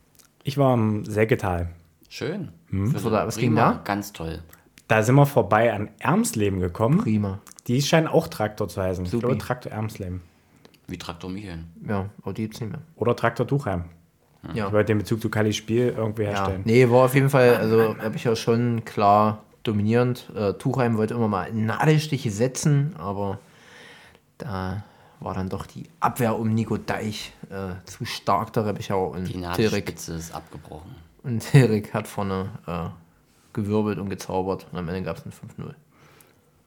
Speaker 2: Ich war am Sägetal.
Speaker 1: Schön.
Speaker 3: Was war da? Hm? Was
Speaker 1: Prima,
Speaker 3: ging da?
Speaker 1: Ganz toll.
Speaker 2: Da sind wir vorbei an Ermsleben gekommen.
Speaker 3: Prima.
Speaker 2: Die scheinen auch Traktor zu heißen.
Speaker 3: Supi.
Speaker 2: Ich glaube, Traktor Ermsleben.
Speaker 1: Wie Traktor Michel.
Speaker 3: Ja, aber die gibt's nicht mehr.
Speaker 2: Oder Traktor Tuchheim.
Speaker 3: Ja.
Speaker 2: Ich wollte den Bezug zu Kallis Spiel irgendwie
Speaker 3: Ja,
Speaker 2: herstellen.
Speaker 3: nee, war auf jeden Fall, also habe ich ja schon klar dominierend. Äh, Tuchheim wollte immer mal Nadelstiche setzen, aber da war dann doch die Abwehr um Nico Deich äh, zu stark, der Reppichau und
Speaker 1: Die
Speaker 3: Tilrik.
Speaker 1: Nadelspitze ist abgebrochen.
Speaker 3: Und Tilrik hat vorne äh, gewirbelt und gezaubert und am Ende gab es ein 5-0.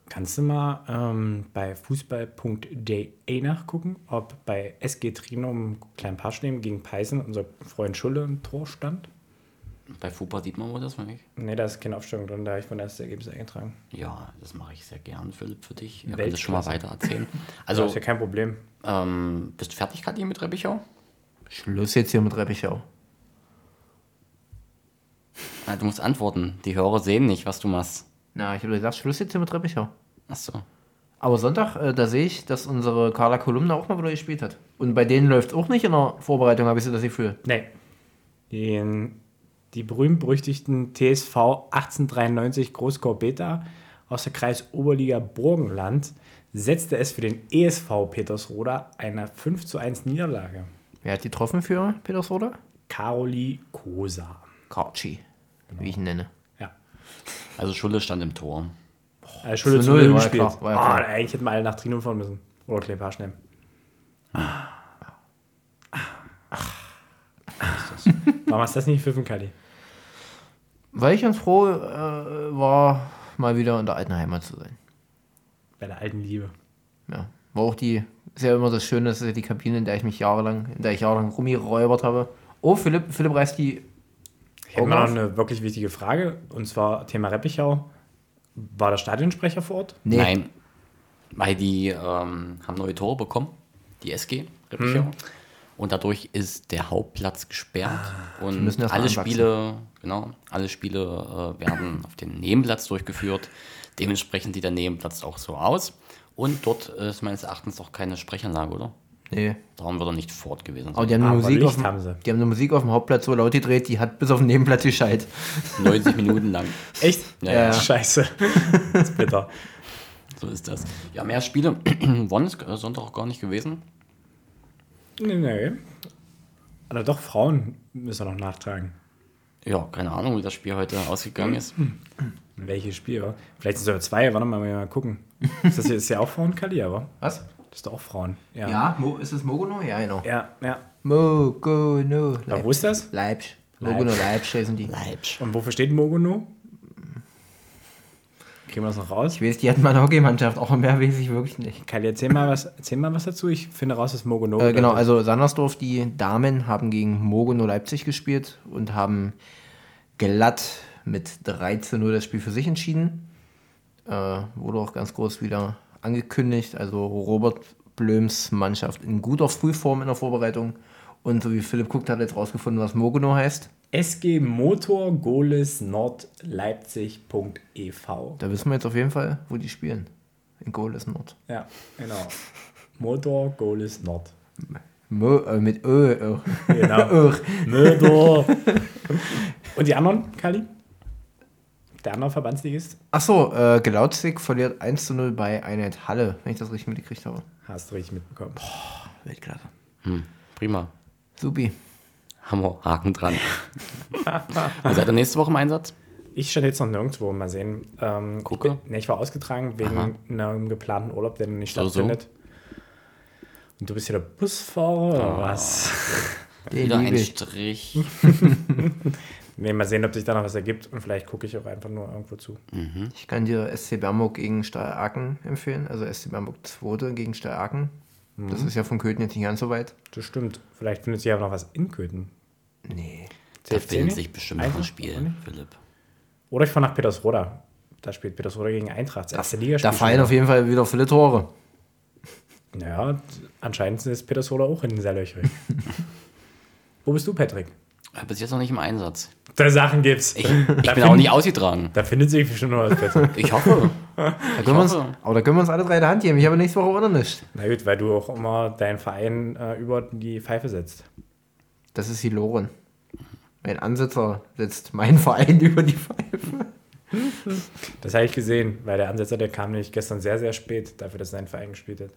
Speaker 2: Kannst du mal ähm, bei fußball.de nachgucken, ob bei SG Trinum Klein Parschnehmen gegen Peisen unser Freund Schulle im Tor stand?
Speaker 1: Bei FUPA sieht man wohl das, wenn ich.
Speaker 2: Nee, da ist keine Aufstellung drin, da habe ich von das Ergebnis eingetragen.
Speaker 1: Ja, das mache ich sehr gern, Philipp, für dich. Ich kann das
Speaker 2: Weltklasse.
Speaker 1: schon mal weiter erzählen.
Speaker 2: Also
Speaker 1: Also,
Speaker 2: ist ja kein Problem.
Speaker 1: ähm, bist du fertig gerade hier mit Reppichau?
Speaker 3: Schluss jetzt hier mit Reppichau.
Speaker 1: Ah, du musst antworten. Die Hörer sehen nicht, was du machst.
Speaker 3: Na, ich habe gesagt, Schluss jetzt hier mit Reppichau.
Speaker 1: Achso.
Speaker 3: Aber Sonntag, äh, da sehe ich, dass unsere Carla Kolumna auch mal wieder gespielt hat. Und bei denen läuft es auch nicht in der Vorbereitung, habe ich so das Gefühl.
Speaker 2: Nee. Die, die berühmt-berüchtigten TSV 1893 Großkorb Beta aus der Kreis Oberliga Burgenland setzte es für den ESV Petersroda eine 5 zu 1 Niederlage.
Speaker 3: Wer hat die getroffen für Petersroda?
Speaker 2: Caroli Kosa.
Speaker 3: Karchi, wie ich ihn nenne.
Speaker 2: Ja.
Speaker 1: Also Schulle stand im Tor.
Speaker 2: Also Schulde
Speaker 3: zu
Speaker 2: zu
Speaker 3: null,
Speaker 2: Null
Speaker 3: war ja
Speaker 2: gespielt.
Speaker 3: klar, war ja klar.
Speaker 2: Ah, eigentlich hätten wir alle nach Trinum fahren müssen. Oder Klepasch nehmen.
Speaker 3: Ah.
Speaker 2: Warum hast du das nicht pfiffen, Kali?
Speaker 3: Weil ich ganz froh äh, war, mal wieder in der alten Heimat zu sein.
Speaker 2: Bei der alten Liebe.
Speaker 3: Ja. War auch die, ist ja immer das Schöne, das ist ja die Kabine, in der ich mich jahrelang, in der ich jahrelang rumgeräubert habe. Oh, Philipp, Philipp reißt die
Speaker 2: Ich hätte mal
Speaker 3: Augen
Speaker 2: noch
Speaker 3: auf.
Speaker 2: eine wirklich wichtige Frage. Und zwar Thema Reppichau. War der Stadionsprecher vor Ort?
Speaker 3: Nee.
Speaker 1: Nein. Weil die ähm, haben neue Tore bekommen, die SG, Reppichau.
Speaker 3: Hm.
Speaker 1: Und dadurch ist der Hauptplatz gesperrt. und
Speaker 3: Ah, müssen erst mal
Speaker 1: alle
Speaker 3: anwachsen.
Speaker 1: Spiele, genau, alle Spiele äh, werden auf den Nebenplatz durchgeführt. Dementsprechend sieht der Nebenplatz auch so aus. Und dort ist meines Erachtens auch keine Sprechanlage, oder?
Speaker 3: Nee.
Speaker 1: Darum wird er nicht fort gewesen
Speaker 3: Aber
Speaker 1: sein.
Speaker 3: die haben, eine
Speaker 2: Aber
Speaker 3: Musik
Speaker 2: Licht
Speaker 3: auf dem,
Speaker 2: haben sie.
Speaker 3: die haben eine Musik auf dem Hauptplatz so laut gedreht, die hat bis auf den Nebenplatz gescheit. Oh.
Speaker 1: 90 Minuten lang.
Speaker 2: Echt?
Speaker 1: Ja, ja.
Speaker 2: Scheiße. das ist bitter.
Speaker 1: So ist das. Ja, mehr Spiele waren es äh, Sonntag auch gar nicht gewesen.
Speaker 2: Nee, nee. Aber doch, Frauen müssen wir noch nachtragen.
Speaker 1: Ja, keine Ahnung, wie das Spiel heute ausgegangen
Speaker 3: Hm.
Speaker 1: ist.
Speaker 2: Welches Spiel, wa? Vielleicht sind es sogar zwei, warte mal, mal gucken. Ist das hier ist ja auch Frauen, Kali, aber?
Speaker 3: Was?
Speaker 2: Das ist doch auch Frauen. Ja.
Speaker 3: Ja, Mo, ist es Mogono? Ja, genau.
Speaker 2: Ja, ja.
Speaker 3: Mogono.
Speaker 2: Aber wo ist das?
Speaker 3: Leibsch. Mogono Leibsch heißen die.
Speaker 1: Leipzig.
Speaker 2: Und wofür steht Mogono? Kriegen wir das noch raus?
Speaker 3: Ich weiß, die hatten mal eine Hockeymannschaft, auch mehr weiß ich wirklich nicht.
Speaker 2: Kali, erzähl mal was, erzähl mal was dazu. Ich finde raus, was Mogono
Speaker 3: Äh, genau,
Speaker 2: bedeutet.
Speaker 3: also Sandersdorf, die Damen haben gegen Mogono Leipzig gespielt und haben glatt mit 3 zu 0 das Spiel für sich entschieden. Äh, wurde auch ganz groß wieder angekündigt. Also Robert Blöms Mannschaft in guter Frühform in der Vorbereitung. Und so wie Philipp guckt, hat er jetzt rausgefunden, was Mogono heißt.
Speaker 2: SG Motor Goles Nord Leipzig.ev.
Speaker 3: Da wissen wir jetzt auf jeden Fall, wo die spielen. In Goal ist Nord.
Speaker 2: Ja, genau. Motor Goles Nord.
Speaker 3: Mö, äh, mit Ö. Ö.
Speaker 2: Genau.
Speaker 3: Ö.
Speaker 2: Mörder. Und die anderen, Kali? Der andere Verbandsligist?
Speaker 3: Achso, äh, Gelautzig verliert 1 zu 0 bei Einheit Halle, wenn ich das richtig mitgekriegt habe.
Speaker 2: Hast du richtig mitbekommen.
Speaker 3: Weltklasse.
Speaker 1: Hm, Prima.
Speaker 3: Supi.
Speaker 1: Hammer, Haken dran. Und seid ihr nächste Woche im Einsatz?
Speaker 2: Ich stand jetzt noch nirgendwo. Mal sehen. Ähm,
Speaker 1: Gucke.
Speaker 2: Ich, bin- nee, ich war ausgetragen wegen
Speaker 1: Aha.
Speaker 2: einem geplanten Urlaub, der noch nicht
Speaker 1: So, so.
Speaker 2: stattfindet. Und du bist hier der Busfahrer
Speaker 1: Ah.
Speaker 2: oder was?
Speaker 3: Den
Speaker 1: Wieder ein
Speaker 3: liebe ich.
Speaker 1: Strich.
Speaker 2: Nee, mal sehen, ob sich da noch was ergibt. Und vielleicht gucke ich auch einfach nur irgendwo zu.
Speaker 3: Ich kann dir SC Bernburg gegen Steyr-Aken empfehlen. Also SC Bernburg 2. gegen Steyr-Aken. Das
Speaker 1: Mhm.
Speaker 3: ist ja von Köthen jetzt nicht ganz so weit.
Speaker 2: Das stimmt. Vielleicht findet sich aber noch was in Köthen.
Speaker 3: Nee.
Speaker 1: Da
Speaker 2: CFC
Speaker 1: finden
Speaker 2: nicht?
Speaker 1: sich bestimmt noch
Speaker 2: Einfach?
Speaker 1: ein Spiel, Philipp.
Speaker 2: Oder ich fahre nach Petersroda. Da spielt Petersroda gegen Eintracht. Das erste Ligaspiel.
Speaker 3: Da fallen auf jeden Fall wieder viele Tore.
Speaker 2: Naja, anscheinend ist Petersroda auch in sehr löchrig. Wo bist du, Patrick?
Speaker 1: Ich bin bis jetzt noch nicht im Einsatz.
Speaker 2: Da Sachen gibt's.
Speaker 1: Ich, ich
Speaker 2: Da
Speaker 1: bin auch
Speaker 2: find-
Speaker 1: nicht ausgetragen.
Speaker 2: Da findet sich bestimmt noch was Patrick.
Speaker 1: Ich hoffe.
Speaker 3: Da können wir uns,
Speaker 1: hoffe.
Speaker 3: aber da können wir uns alle drei die Hand geben. Ich habe nächste Woche oder nicht.
Speaker 2: Na gut, weil du auch immer deinen Verein äh, über die Pfeife setzt.
Speaker 3: Das ist die Loren. Mein Ansitzer setzt meinen Verein über die Pfeife.
Speaker 2: Das habe ich gesehen, weil der Ansetzer, der kam nämlich gestern sehr, sehr spät, dafür, dass sein Verein gespielt hat.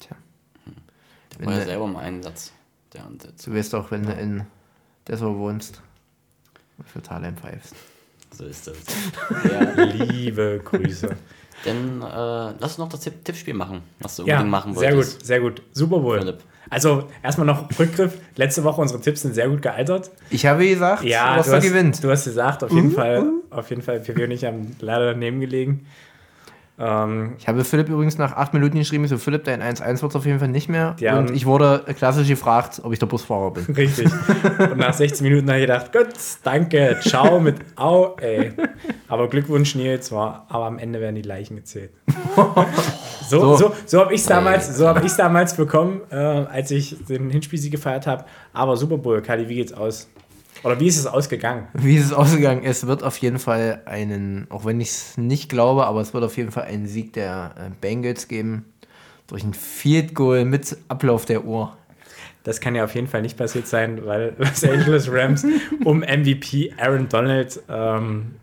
Speaker 3: Tja.
Speaker 1: War ja
Speaker 3: Wenn du,
Speaker 1: selber im Einsatz, der Ansatz.
Speaker 3: du weißt doch, wenn du in Dessau wohnst, für Thalheim pfeifst.
Speaker 1: So ist das.
Speaker 2: Liebe Grüße.
Speaker 1: Dann äh, lass uns noch das Tipp Tippspiel machen, was du
Speaker 2: ja,
Speaker 1: unbedingt machen
Speaker 2: sehr gut,
Speaker 1: wolltest.
Speaker 2: sehr gut. Super wohl.
Speaker 1: Philipp.
Speaker 2: Also erstmal noch Rückgriff. Letzte Woche unsere Tipps sind sehr gut gealtert.
Speaker 3: Ich habe gesagt,
Speaker 2: Ja, du Mhm.
Speaker 3: Rostock
Speaker 2: hast,
Speaker 3: gewinnt.
Speaker 2: du hast gesagt, auf jeden Fall, auf jeden Fall, Pipi und ich haben leider daneben gelegen. Ähm,
Speaker 3: Ich habe Philipp übrigens nach acht Minuten geschrieben, ich so Philipp, dein 1-1 wird es auf jeden Fall nicht mehr.
Speaker 2: Ja,
Speaker 3: und
Speaker 2: und-
Speaker 3: ich wurde klassisch gefragt, ob ich der Busfahrer bin.
Speaker 2: richtig. und nach 16 Minuten habe ich gedacht, Gott, danke, ciao mit Au, ey. Aber Glückwunsch, Nils, war, aber am Ende werden die Leichen gezählt. so so, so habe ich es damals, so hab ich's damals bekommen, äh, als ich den Hinspielsieg gefeiert habe. Aber Super Bowl, Kali, wie geht's aus? Oder wie ist es ausgegangen?
Speaker 3: Wie ist es ausgegangen? Es wird auf jeden Fall einen, auch wenn ich es nicht glaube, aber es wird auf jeden Fall einen Sieg der äh, Bengals geben. Durch ein Field Goal mit Ablauf der Uhr.
Speaker 2: Das kann ja auf jeden Fall nicht passiert sein, weil Los Angeles Rams um MVP Aaron Donald, ähm,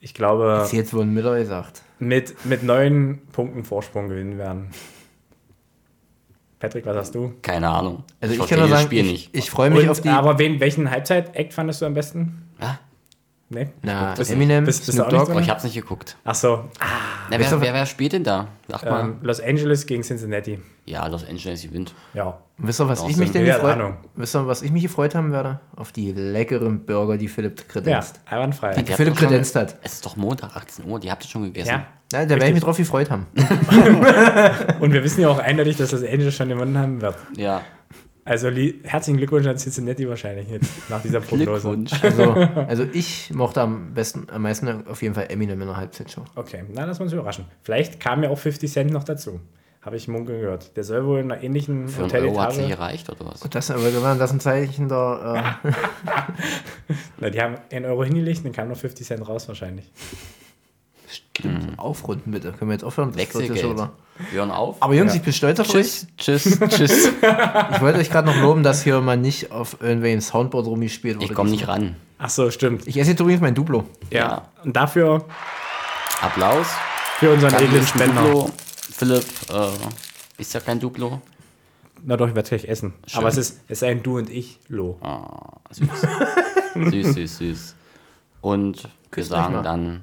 Speaker 2: ich glaube,
Speaker 3: Ist jetzt wurden Miller gesagt.
Speaker 2: mit, mit neun Punkten Vorsprung gewinnen werden. Patrick, was hast du?
Speaker 1: Keine Ahnung.
Speaker 3: Also ich, kann
Speaker 1: verstehe
Speaker 3: nur
Speaker 1: das
Speaker 3: sagen,
Speaker 1: Spiel
Speaker 3: ich,
Speaker 1: nicht.
Speaker 3: ich freue mich
Speaker 2: Und,
Speaker 3: auf die.
Speaker 2: aber wen, welchen Halbzeit-Act fandest du am besten?
Speaker 1: Ja?
Speaker 2: Nee?
Speaker 3: na,
Speaker 2: Bist du-
Speaker 3: Eminem,
Speaker 2: bist- bist du
Speaker 3: Snoop
Speaker 2: auch nicht
Speaker 3: Dogg.
Speaker 2: drin?
Speaker 1: Oh, ich hab's nicht geguckt.
Speaker 2: Ach so,
Speaker 1: Na,
Speaker 3: Weißt
Speaker 1: wer,
Speaker 3: du,
Speaker 1: wer, wer spielt denn da? Sag mal.
Speaker 2: ähm, Los Angeles gegen Cincinnati.
Speaker 1: Ja, Los Angeles gewinnt.
Speaker 2: Ja.
Speaker 3: Wisst ihr, was
Speaker 1: Doch,
Speaker 3: ich mich
Speaker 1: sind
Speaker 3: denn
Speaker 2: wir der
Speaker 3: gefreut,
Speaker 2: Ahnung.
Speaker 3: wisst ihr, was ich mich gefreut haben werde? Auf die leckeren Burger, die Philipp
Speaker 2: Ja,
Speaker 3: kredenzt.
Speaker 2: einwandfrei.
Speaker 1: Die habt
Speaker 3: Philipp
Speaker 1: doch schon-
Speaker 3: kredenzt hat.
Speaker 1: Es ist doch Montag, 18 Uhr. Die habt ihr schon gegessen.
Speaker 2: Ja.
Speaker 3: Na, da werde ich mich drauf gefreut haben.
Speaker 2: Und wir wissen ja auch eindeutig, dass Los Angeles schon gewonnen haben wird.
Speaker 1: ja.
Speaker 2: Also li- herzlichen Glückwunsch an Cincinnati wahrscheinlich jetzt nach dieser Prognose.
Speaker 1: Glückwunsch.
Speaker 3: Also, also ich mochte am besten, am meisten auf jeden Fall Eminem in der Halbzeitshow.
Speaker 2: Okay, na, lass uns überraschen. Vielleicht kam ja auch 50 Cent noch dazu. Habe ich munkeln gehört. Der soll wohl in einer ähnlichen
Speaker 1: Für einen Euro hat's nicht
Speaker 2: Hoteletage.
Speaker 1: gereicht, oder was?
Speaker 3: Und das, aber wenn man das ein Zeichen da, äh,
Speaker 2: Na, die haben 1 Euro hingelegt, dann kam noch 50 Cent raus wahrscheinlich.
Speaker 3: Stimmt. Aufrunden bitte. Können wir jetzt aufhören? Das wird
Speaker 1: Mhm. Wechselgeld.
Speaker 3: jetzt oder?
Speaker 1: Wir hören auf.
Speaker 3: Aber Jungs,
Speaker 2: Ja.
Speaker 3: ich bin stolz auf euch.
Speaker 1: tschüss, tschüss, tschüss.
Speaker 3: Ich wollte euch gerade noch loben, dass hier mal nicht auf irgendwelchen Soundboard rumgespielt wurde.
Speaker 1: Ich komme nicht ran.
Speaker 2: Ach so, stimmt.
Speaker 3: Ich esse jetzt übrigens mein Duplo.
Speaker 1: Ja.
Speaker 2: Und dafür
Speaker 1: Applaus.
Speaker 2: für unseren
Speaker 1: Danke
Speaker 2: edlen
Speaker 1: fürs
Speaker 2: Spender.
Speaker 1: Duplo. Philipp, äh, ist ja kein Duplo.
Speaker 2: Na doch, ich werde gleich essen. Aber es ist, es ist ein Du und ich, Lo.
Speaker 1: Ah, süß. süß, süß, süß. Und wir
Speaker 3: Küsst euch
Speaker 1: sagen
Speaker 3: mal.
Speaker 1: dann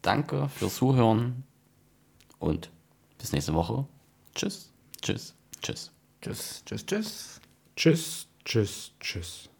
Speaker 1: Danke fürs Zuhören und bis nächste Woche. Tschüss, tschüss, tschüss.
Speaker 3: Tschüss, tschüss, tschüss.
Speaker 2: Tschüss, tschüss, tschüss.